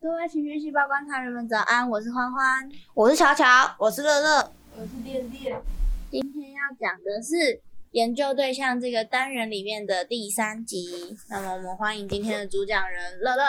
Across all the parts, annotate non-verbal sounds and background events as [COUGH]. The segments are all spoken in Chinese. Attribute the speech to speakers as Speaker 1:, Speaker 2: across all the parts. Speaker 1: 各位情绪细胞观察人们早安，我是欢欢。
Speaker 2: 我是乔乔，我是乐乐。
Speaker 3: 我是练练，
Speaker 1: 今天要讲的是研究对象这个单元里面的第三集。那么我们欢迎今天的主讲人乐乐。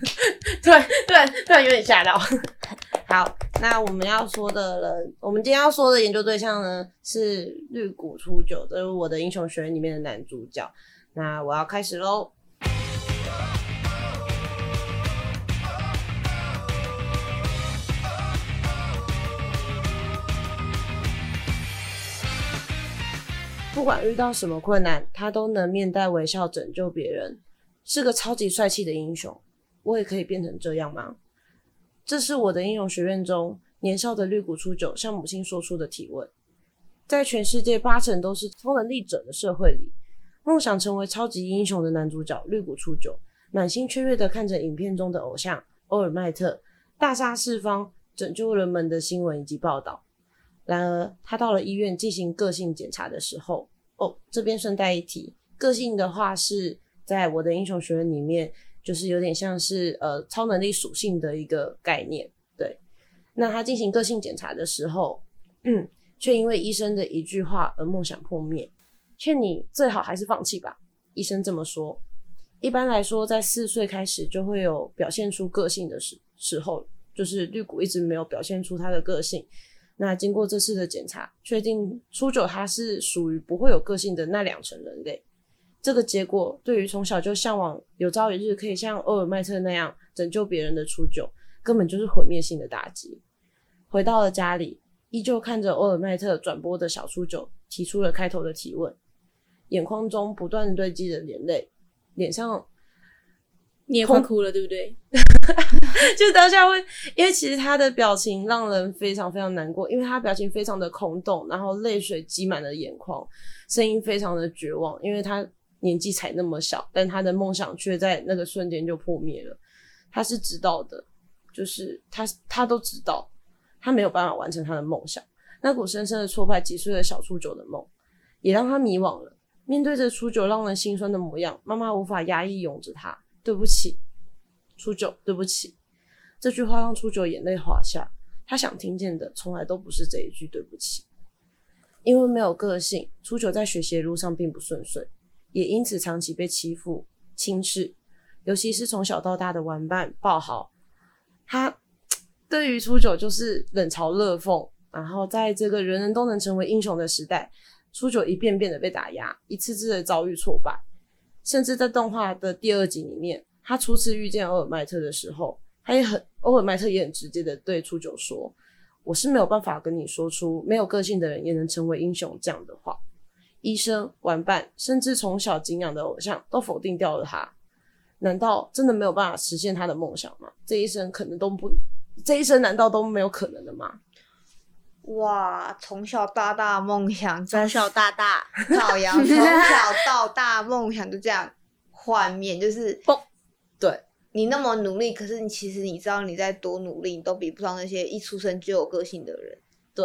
Speaker 2: [LAUGHS] 对对对，有点吓到。 [LAUGHS] 好，那我们要说的人，我们今天要说的研究对象呢是绿谷初九，这是我的英雄学院里面的男主角。那我要开始喽。不管遇到什么困难，他都能面带微笑拯救别人，是个超级帅气的英雄。我也可以变成这样吗？这是我的英雄学院中年少的绿谷初九向母亲说出的提问。在全世界八成都是超能力者的社会里，梦想成为超级英雄的男主角绿谷初九，满心雀跃地看着影片中的偶像欧尔麦特大杀四方、拯救人们的新闻以及报道。然而，他到了医院进行个性检查的时候，哦，这边顺带一提，个性的话是在我的英雄学院里面就是有点像是呃超能力属性的一个概念。对，那他进行个性检查的时候，嗯，却因为医生的一句话而梦想破灭，劝你最好还是放弃吧。医生这么说。一般来说，在四岁开始就会有表现出个性的时时候，就是绿谷一直没有表现出他的个性。那经过这次的检查，确定初九他是属于不会有个性的那两成人类。这个结果对于从小就向往有朝一日可以像欧尔麦特那样拯救别人的初九，根本就是毁灭性的打击。回到了家里，依旧看着欧尔麦特转播的小初九，提出了开头的提问，眼眶中不断堆积着眼泪，脸上
Speaker 3: 你也快哭了，对不对？
Speaker 2: [LAUGHS] 就当下会，因为其实他的表情让人非常非常难过，因为他表情非常的空洞，然后泪水积满了眼眶，声音非常的绝望，因为他年纪才那么小，但他的梦想却在那个瞬间就破灭了。他是知道的，就是他他都知道，他没有办法完成他的梦想。那股深深的挫败击碎了小初九的梦，也让他迷惘了。面对着初九让人心酸的模样，妈妈无法压抑涌着他，对不起，初九，对不起。这句话让初九眼泪滑下，他想听见的从来都不是这一句“对不起”。因为没有个性，初九在学习的路上并不顺遂，也因此长期被欺负、轻视，尤其是从小到大的玩伴爆豪，他对于初九就是冷嘲热讽。然后在这个人人都能成为英雄的时代，初九一遍遍的被打压，一次次的遭遇挫败，甚至在动画的第二集里面，他初次遇见欧尔麦特的时候，他也很欧尔麦特也很直接的对初九说：“我是没有办法跟你说出没有个性的人也能成为英雄这样的话。”医生、玩伴，甚至从小敬仰的偶像都否定掉了他。难道真的没有办法实现他的梦想吗？这一生可能都不，这一生难道都没有可能的吗？
Speaker 4: 哇，从小到大梦想，
Speaker 1: 从 [LAUGHS] 小大大，
Speaker 4: 造谣，从小到大梦想就这样幻灭，就是
Speaker 2: 嘣对
Speaker 4: 你那么努力，可是你其实你知道你在多努力，你都比不上那些一出生就有个性的人。
Speaker 2: 对，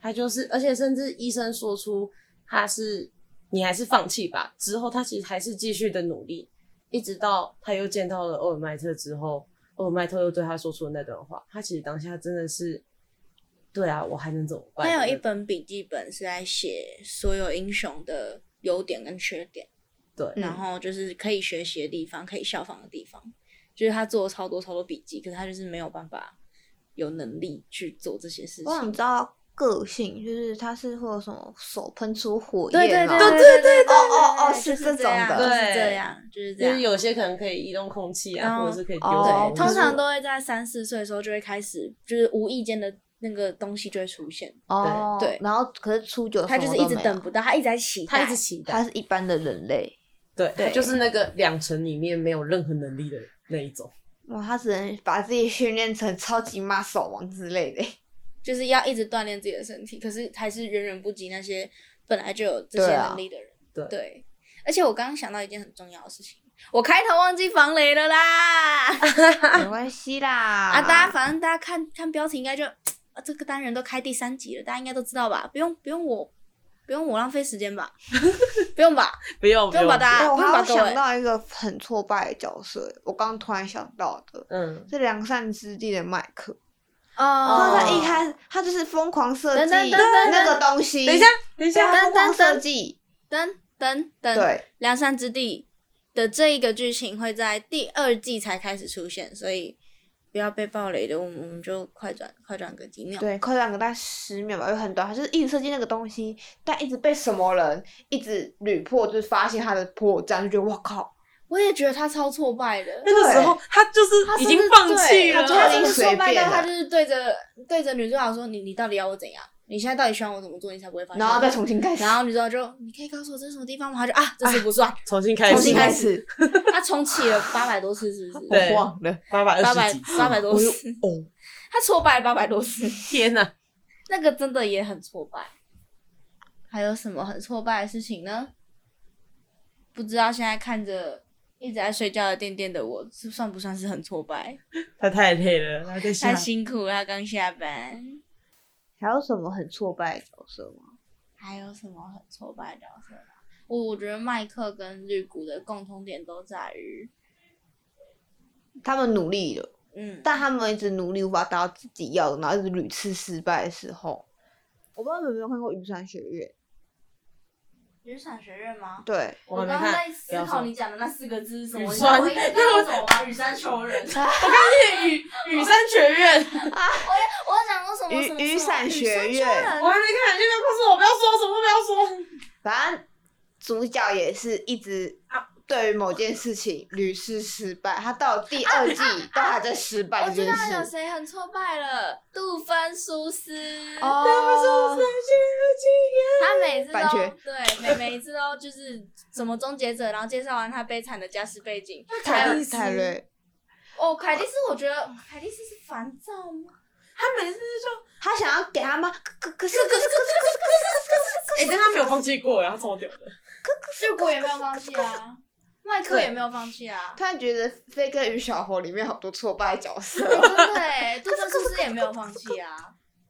Speaker 2: 他就是，而且甚至医生说出他是你还是放弃吧，之后他其实还是继续的努力，一直到他又见到了欧尔麦特之后，欧尔麦特又对他说出了那段话，他其实当下真的是，对啊，我还能怎么办？
Speaker 1: 他有一本笔记本是在写所有英雄的优点跟缺点，
Speaker 2: 对
Speaker 3: 嗯
Speaker 1: 然后就是可以学习的地方，可以效仿的地方。就是他做了超多超多笔记，可是他就是没有办法有能力去做这些事
Speaker 4: 我想
Speaker 1: 情。
Speaker 4: 知道个性，就是他是会有什么手喷出火
Speaker 1: 对对
Speaker 4: 焰吗？
Speaker 1: 对对对
Speaker 4: 哦哦哦
Speaker 1: 对
Speaker 4: 是
Speaker 1: 就是
Speaker 4: 这
Speaker 1: 这
Speaker 4: 种
Speaker 1: 样，
Speaker 4: 的
Speaker 1: 就是这
Speaker 2: 对
Speaker 1: 样，就是这
Speaker 2: 就
Speaker 1: 样
Speaker 2: 是。有些可能可以移动空气
Speaker 1: 然
Speaker 2: 啊，
Speaker 1: 后
Speaker 2: 或者是可以丢
Speaker 4: 哦
Speaker 2: 什么
Speaker 1: 对，
Speaker 2: 东西
Speaker 1: 通常都会在三四岁的时候就会开始，就是无意间的那个东西就会出现。
Speaker 4: 哦，
Speaker 1: 对
Speaker 4: 然后可是初九
Speaker 1: 他就是一直等，不到，他一直在期待。
Speaker 2: 他一直期待，
Speaker 4: 他是一般的人类，
Speaker 2: 对，
Speaker 1: 对
Speaker 2: 他就是那个两层里面没有任何能力的那一种， [LAUGHS]
Speaker 4: 哇，他只能把自己训练成超级 muscle 王之类的。
Speaker 1: [LAUGHS] 就是要一直锻炼自己的身体，可是还是远远不及那些本来就有这些
Speaker 4: 对啊
Speaker 1: 能力的人。
Speaker 2: 对
Speaker 1: 而且我刚刚想到一件很重要的事情，我开头忘记防雷了啦！
Speaker 4: 没关系啦，
Speaker 1: 啊，大家反正大家看看标题应该就，啊这个单元都开第三集了，大家应该都知道吧？不用不用我不用我浪费时间吧？ [LAUGHS] 不用吧？
Speaker 2: 不用
Speaker 1: 不用把大
Speaker 4: 哎
Speaker 1: 家，
Speaker 4: 我
Speaker 1: 啊不用把
Speaker 4: 还有
Speaker 1: 各
Speaker 4: 想
Speaker 1: 位。
Speaker 4: 到一个很挫败的角色，我刚刚突然想到的，
Speaker 2: 嗯，
Speaker 4: 是良善之地的麦克。
Speaker 1: 哦
Speaker 4: 他在一开始，他就是疯狂设
Speaker 1: 等
Speaker 4: 计
Speaker 1: 等等等
Speaker 4: 那个东西。
Speaker 2: 等一下，等一
Speaker 4: 对
Speaker 2: 下，
Speaker 4: 啊，
Speaker 1: 等
Speaker 4: 疯狂
Speaker 1: 等等
Speaker 4: 设计。
Speaker 1: 等等等，
Speaker 4: 对，
Speaker 1: 梁山之地的这一个剧情会在第二季才开始出现，所以不要被暴雷的，我们我们就快转快转个几秒。
Speaker 4: 对，快转个大概十秒吧，有很短。他就是一直设计那个东西，但一直被什么人一直屡破，就是发现他的破绽，就觉得哇靠，
Speaker 1: 我也觉得他超挫败的，
Speaker 2: 那个时候他就是已经放弃
Speaker 4: 他
Speaker 2: 了，
Speaker 4: 真
Speaker 1: 他
Speaker 4: 的
Speaker 1: 真的
Speaker 4: 随
Speaker 1: 挫败
Speaker 4: 便
Speaker 1: 到
Speaker 4: 了
Speaker 1: 他就是对着对着女主角说：“你你到底要我怎样？你现在到底希望我怎么做，你才不会发现？”
Speaker 4: 然后再重新开始，
Speaker 1: 然后女主角就：“你可以告诉我这是什么地方吗？”他就啊，这次不算，
Speaker 2: 重新开始，
Speaker 1: 重新开始
Speaker 4: 始，
Speaker 1: 他重启了八百多次，是不是？
Speaker 2: 对
Speaker 4: 我忘了。
Speaker 2: 八百
Speaker 1: 八
Speaker 2: 二
Speaker 1: 百
Speaker 2: 十几，
Speaker 1: 八百多
Speaker 2: 我又
Speaker 1: 次，
Speaker 2: 哦，
Speaker 1: 他挫败八百多次， [LAUGHS]
Speaker 2: 天哪！
Speaker 1: 那个真的也很挫败。还有什么很挫败的事情呢？不知道现在看着一直在睡觉的垫垫的我，是算不算是很挫败？
Speaker 2: 他太累了，他在下
Speaker 1: 他。辛苦，他刚下班。
Speaker 4: 还有什么很挫败的角色吗？
Speaker 1: 还有什么很挫败的角色吗？我我觉得麦克跟绿谷的共同点都在于，
Speaker 4: 他们努力了，
Speaker 1: 嗯，
Speaker 4: 但他们一直努力无法达到自己要的，然后一直屡次失败的时候，我不知道你们有没有看过《雨伞学院
Speaker 1: 雨伞学院吗》？？
Speaker 4: 对，
Speaker 1: 我
Speaker 2: 还
Speaker 1: 刚
Speaker 2: 没
Speaker 1: 刚
Speaker 2: 看
Speaker 1: 在思考你讲的那四个字是什么，
Speaker 2: 雨
Speaker 1: 你知
Speaker 2: 山
Speaker 1: 道我一直在
Speaker 2: [LAUGHS]
Speaker 1: 说什么吗？雨山求人，我
Speaker 2: 雨雨山
Speaker 1: [LAUGHS]
Speaker 2: 学院，
Speaker 1: 我想说什么
Speaker 4: 雨
Speaker 1: 什么
Speaker 4: 雨伞学院
Speaker 1: 雨山求人
Speaker 2: 我还没看，你不要告诉我，不要说什么，不要说。
Speaker 4: 反正主角也是一直啊对于某件事情屡试失败，他到第二季都还在失败
Speaker 1: 我
Speaker 4: 这
Speaker 1: 知
Speaker 4: 件
Speaker 1: 道有
Speaker 4: 事。
Speaker 1: 谁很挫败了，杜芬苏斯，
Speaker 2: [LAUGHS]
Speaker 4: 哦，
Speaker 1: 他每次
Speaker 4: 版
Speaker 1: 都
Speaker 4: 权
Speaker 1: 对每每一次都就是什么终结者，然后介绍完他悲惨的家世背景，还
Speaker 4: 凯
Speaker 1: 有
Speaker 4: 莉凯瑞，
Speaker 1: 哦凯蒂斯，我觉得凯蒂斯是烦躁吗？
Speaker 2: 他每次就，
Speaker 4: 他想要给他妈，可可是可是可是
Speaker 2: 哎，但他没有放弃过，然后超屌的。
Speaker 1: 日国也没有放弃啊，麦克也没有放弃啊，
Speaker 4: 突然觉得《飞哥与小猴》里面好多挫败角色。 [LAUGHS]
Speaker 1: 真的哎，杜芬苏斯也没有放弃啊，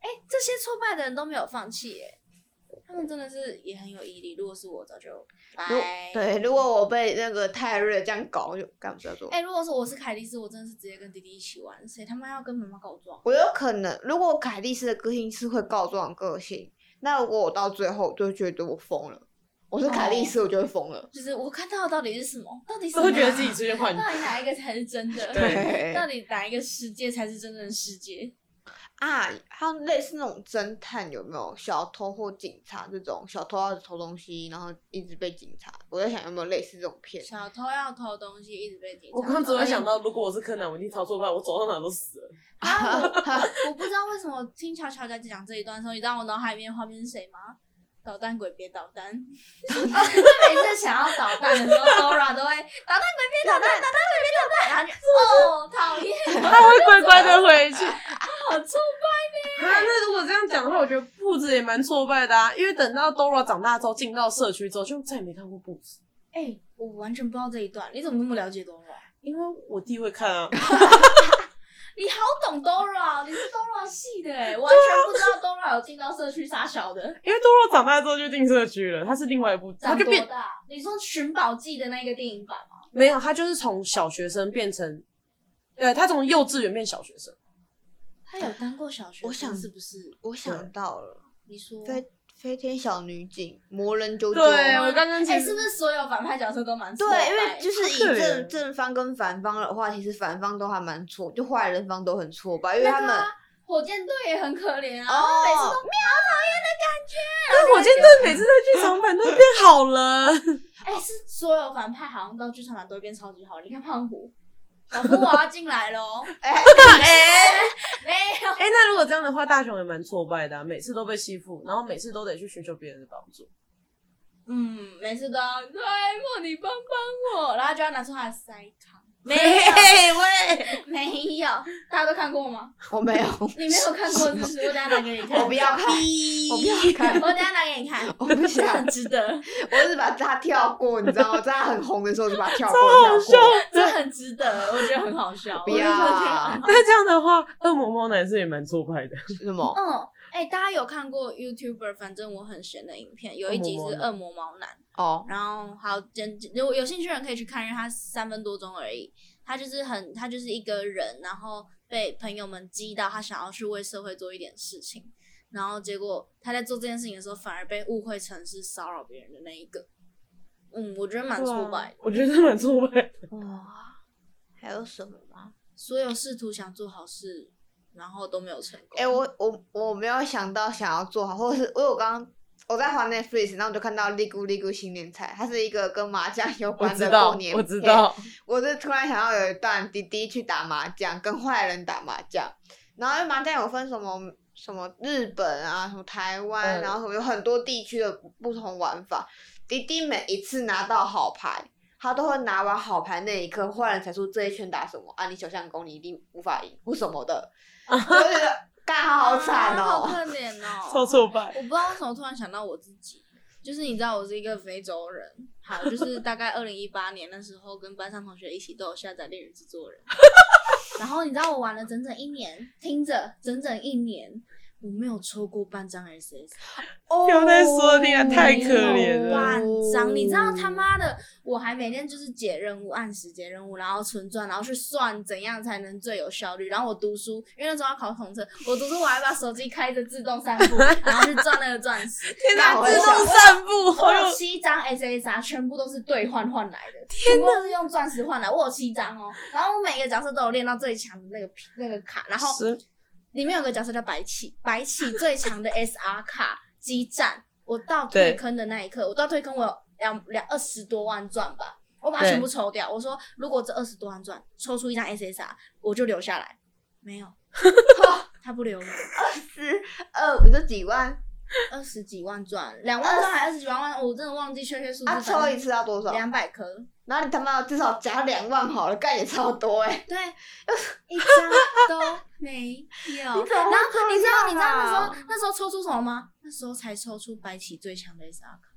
Speaker 1: 哎，这些挫败的人都没有放弃哎，他们真的是也很有毅力，如果是我早就
Speaker 4: 如
Speaker 1: 拜。
Speaker 4: 对，如果我被那个泰瑞这样搞，我就干不了做。
Speaker 1: 哎，如果说我是凯蒂斯，我真的是直接跟弟弟一起玩，谁他妈要跟妈妈告状？
Speaker 4: 我有可能，如果凯蒂斯的个性是会告状的个性，那如果我到最后就觉得我疯了，我是凯蒂
Speaker 1: 哦
Speaker 4: 斯，我就会疯了。
Speaker 1: 就是我看到的到底是什么？到底什
Speaker 2: 都
Speaker 1: 么啊
Speaker 2: 会觉得自己出现
Speaker 1: [LAUGHS]
Speaker 2: 幻
Speaker 1: 到底哪一个才是真的？
Speaker 4: [LAUGHS]
Speaker 2: 对
Speaker 1: 到底哪一个世界才是真正的世界？
Speaker 4: 啊，还有类似那种侦探有没有小偷或警察这种小偷要偷东西，然后一直被警察。我在想有没有类似这种片？
Speaker 1: 小偷要偷东西，一直被警察。哎
Speaker 2: 我刚只会想到，如果我是柯南，我一定超挫败，我走到哪都死了。
Speaker 1: 啊， [LAUGHS] 我我不知道为什么听乔乔在讲这一段的时候，你知道我脑海里面画面是谁吗？捣蛋鬼别捣蛋！他每次想要捣蛋的时候，Dora 都会捣蛋鬼别捣蛋，捣蛋鬼别捣蛋，然后就哦讨 [LAUGHS] 厌，
Speaker 2: 他会乖乖的回去。
Speaker 1: 好臭！
Speaker 2: 啊，那如果这样讲的话，我觉得布子也蛮挫败的啊，因为等到 Dora 长大之后，进到社区之后，就再也没看过布子，
Speaker 1: 哎、我完全不知道这一段，你怎么那么了解 Dora？
Speaker 2: 因为我弟会
Speaker 1: [LAUGHS]
Speaker 2: 看啊。
Speaker 1: 你好懂 Dora，你是 Dora 系的哎，完全不知道 Dora 有进到社区杀小的。 [LAUGHS]
Speaker 2: 因为 Dora 长大之后就进社区了，他是另外一部，他
Speaker 1: 长
Speaker 2: 就
Speaker 1: 多
Speaker 2: 变
Speaker 1: 大？你说《寻宝记》的那个电影版吗？
Speaker 2: 没有，他就是从小学生变成，对他从幼稚园变小学生，
Speaker 1: 哎他有当过小学
Speaker 4: 我想
Speaker 1: 生是不是？
Speaker 4: 我想到了，
Speaker 1: 你说
Speaker 4: 飞飞天小女警、魔人啾啾。
Speaker 2: 对我刚刚其
Speaker 1: 哎、
Speaker 2: 实
Speaker 1: 是不是所有反派角色都蛮挫败
Speaker 4: 对，因为就是以
Speaker 2: 好可怜
Speaker 4: 正正方跟反方的话，其实反方都还蛮挫，就坏人方都很挫败，因为他
Speaker 1: 那
Speaker 4: 们
Speaker 1: 个啊、火箭队也很可怜啊，
Speaker 4: 哦
Speaker 1: 每次都
Speaker 2: 但火箭队每次在剧场版都变
Speaker 1: [LAUGHS]
Speaker 2: 好人，
Speaker 1: 哎、是所有反派好像到剧场版都会变超级好。你看胖虎，小夫我要进来喽，
Speaker 4: [LAUGHS]
Speaker 1: [LAUGHS]
Speaker 4: 哎，
Speaker 1: 没有，
Speaker 2: 哎、那如果这样的话，大雄也蛮挫败的、啊，每次都被欺负，然后每次都得去寻求别人的帮助。
Speaker 1: 嗯，每次都要哆啦 A 梦，你帮帮我，然后就要拿出他的塞卡。没
Speaker 2: 嘿喂，
Speaker 1: 有，没有，大家都看过吗？
Speaker 4: [LAUGHS] 我没有，
Speaker 1: 你没有看过，是不是？我等一下拿给你看。
Speaker 4: [LAUGHS] 我
Speaker 1: [LAUGHS]
Speaker 4: 不要看，我不要看，啊
Speaker 1: 我等一下拿给你看，
Speaker 4: [LAUGHS] 我不
Speaker 1: 这
Speaker 4: 想
Speaker 1: [LAUGHS] 很，值得，
Speaker 4: 我只把它跳过，你知道吗？在它很红的时候就把它跳过，跳
Speaker 2: 笑
Speaker 4: 过。
Speaker 1: 这很值得，我觉得很好笑。
Speaker 4: 不要
Speaker 2: [LAUGHS]
Speaker 4: 啊
Speaker 1: 我就觉得很好
Speaker 2: 那这样的话，恶魔猫男是也蛮挫败的，
Speaker 4: 什么？
Speaker 1: 嗯，哎、大家有看过 YouTuber 反正我很闲的影片，有一集
Speaker 2: 恶魔
Speaker 1: 是
Speaker 2: 猫男
Speaker 1: 恶魔猫男，
Speaker 4: 哦，
Speaker 1: 然后好，简如果有兴趣的人可以去看，因为他三分多钟而已。他就是很，他就是一个人，然后被朋友们激到，他想要去为社会做一点事情，然后结果他在做这件事情的时候，反而被误会成是骚扰别人的那一个。嗯，我觉得蛮
Speaker 2: 啊
Speaker 1: 挫败的。
Speaker 2: 我觉得蛮挫败的。
Speaker 4: 哇，还有什么吗？
Speaker 1: 所有试图想做好事，然后都没有成功。
Speaker 4: 哎、我我我没有想到想要做好，或者是因为我刚刚我在滑 Netflix，然后我就看到《利咕利咕新年菜》，它是一个跟麻将有
Speaker 2: 我
Speaker 4: 关
Speaker 2: 知
Speaker 4: 的
Speaker 2: 道
Speaker 4: 过年，
Speaker 2: 我知
Speaker 4: 片。
Speaker 2: 道，
Speaker 4: 我就突然想到有一段滴滴去打麻将，跟坏人打麻将，然后因为麻将有分什么什么日本啊，什么台
Speaker 2: 嗯
Speaker 4: 湾，然后什么有很多地区的不同玩法。滴滴每一次拿到好牌，他都会拿完好牌那一刻，坏人才说这一圈打什么啊，你小相公你一定无法赢或什
Speaker 1: [LAUGHS]
Speaker 4: 么的，我就觉得干好惨
Speaker 1: 啊好
Speaker 4: 哦。
Speaker 1: 可怜哦，
Speaker 2: [LAUGHS] 超挫败。
Speaker 1: 我不知道为什么突然想到我自己，就是你知道我是一个非洲人，好，就是大概二零一八年的时候，跟班上同学一起都有下载《恋与制作人》， [LAUGHS] 然后你知道我玩了整整一年，听着整整一年，我没有抽过半张 SS，
Speaker 2: 不要再说了，你俩太可
Speaker 1: 没
Speaker 2: 怜
Speaker 1: 有
Speaker 2: 了。
Speaker 1: 半张，哦你知道他妈的，我还每天就是解任务，按时解任务，然后存钻，然后去算怎样才能最有效率。然后我读书，因为那时候要考统测，我读书我还把手机开着自动散步，然后去赚那个钻石。
Speaker 2: 天
Speaker 4: 哪
Speaker 2: 哪，
Speaker 4: 自
Speaker 2: 自
Speaker 4: 动
Speaker 2: 动散步，
Speaker 1: 我
Speaker 2: 好有
Speaker 4: 哦
Speaker 1: 有七张 SSR，全部都是兑换换来的，全部都是用钻石换来。我有七张哦，然后我每个角色都有练到最强的那个那个卡，然后
Speaker 2: 是
Speaker 1: 里面有个角色叫白起， [LAUGHS] 白起最强的 SR 卡激战，我到
Speaker 2: 对
Speaker 1: 退坑的那一刻，我到退坑我有两两二十多万钻吧，我把它
Speaker 2: 对
Speaker 1: 全部抽掉。我说如果这二十多万钻抽出一张 SSR，我就留下来。
Speaker 4: [LAUGHS]
Speaker 1: 没有，他不留我，
Speaker 4: 是呃，我就几万，
Speaker 1: 二十几万钻，两万钻还二十几万万，我真的忘记确切数字。
Speaker 4: 他、啊、抽一次要多少？
Speaker 1: 两百颗，
Speaker 4: 然后你他妈至少加两万好了，干也超多哎、
Speaker 1: 对， [LAUGHS] 一张都没有。
Speaker 4: 然后
Speaker 1: 然 [LAUGHS] 后你知道你知道那时候那时候抽出什么吗？那时候才抽出白起最强的 SR 卡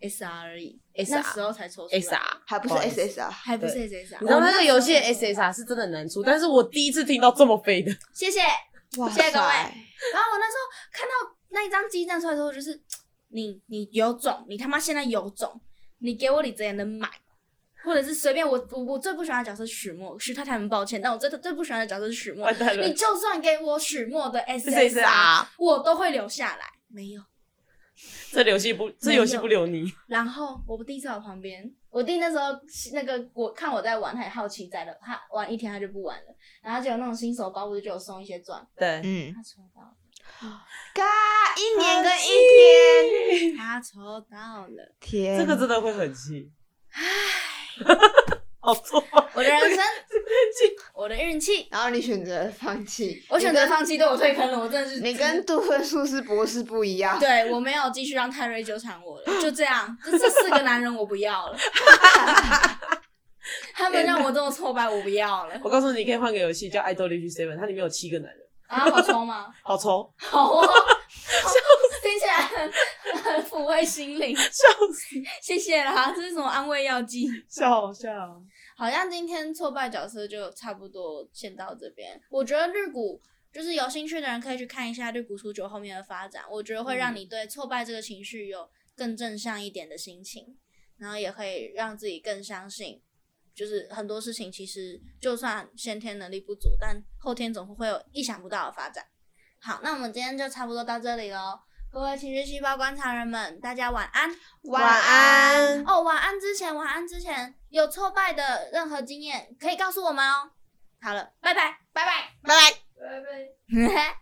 Speaker 1: ，SR 而已那时候才抽出来
Speaker 2: SR，
Speaker 4: 还不是
Speaker 2: 不好意思
Speaker 4: SSR，
Speaker 1: 还不是
Speaker 2: 对
Speaker 1: SSR。
Speaker 2: 你知道
Speaker 1: 我
Speaker 2: 那个游戏的
Speaker 1: 时候才抽出来
Speaker 2: SSR 是真的很难出，但是我第一次听到这么飞的， [LAUGHS]
Speaker 1: 谢谢。
Speaker 4: 哇
Speaker 1: 谢谢各位
Speaker 4: 塞
Speaker 1: 然后我那时候看到那一张激战出来之后，我就是你你有种，你他妈现在有种，你给我你怎样能买？或者是随便我我我最不喜欢的角色是许墨，许太太很抱歉，但我最最不喜欢的角色是许墨。
Speaker 2: 完蛋了
Speaker 1: [LAUGHS] 你。就算给我许墨的
Speaker 2: 啊
Speaker 1: SSR，
Speaker 4: SSR，
Speaker 1: 我都会留下来。没有。
Speaker 2: [LAUGHS] 这游戏不，这游戏不留你。
Speaker 1: 然后我弟在我旁边，我弟那时候那个我看我在玩，他也好奇在了，他玩一天他就不玩了，然后就有那种新手包，不是就有送一些钻，
Speaker 2: 对，
Speaker 4: 嗯，
Speaker 1: 他抽到了，
Speaker 4: 嘎，一年跟一天，
Speaker 1: 他抽到了，
Speaker 4: 天
Speaker 2: 这个真的会很气。 [LAUGHS] 好挫败，
Speaker 1: 我的人生，我的运气，
Speaker 4: 然后你选择放弃，
Speaker 1: 我选择放弃，对我退坑了，我真的是
Speaker 4: [LAUGHS] 你跟杜芬素是博士不一样，
Speaker 1: 对我没有继续让泰瑞纠缠我了，就这样，这这四个男人我不要了，他们让我这么挫败，我不要了
Speaker 2: 我告诉你，你可以换个游戏叫《爱豆六七 seven》，它里面有七个男人，
Speaker 1: 啊，好抽吗？
Speaker 2: 好抽，
Speaker 1: [LAUGHS] 好哦， [LAUGHS] 听起来很很抚慰心灵，
Speaker 2: [LAUGHS] 笑死，
Speaker 1: 谢谢啦，这是什么安慰药剂？
Speaker 2: 笑笑。
Speaker 1: 好像今天挫败角色就差不多先到这边。我觉得日谷就是有兴趣的人可以去看一下日谷初九后面的发展，我觉得会让你对挫败这个情绪有更正向一点的心情，然后也可以让自己更相信。就是很多事情其实就算先天能力不足，但后天总会有意想不到的发展。好，那我们今天就差不多到这里喽，各位情绪细胞观察人们，大家晚安。
Speaker 4: 晚安，
Speaker 1: 哦，晚安之前，晚安之前有挫败的任何经验可以告诉我们哦。好了，拜拜，拜拜。
Speaker 4: 拜拜。
Speaker 3: 拜拜。
Speaker 1: [LAUGHS] 嘿嘿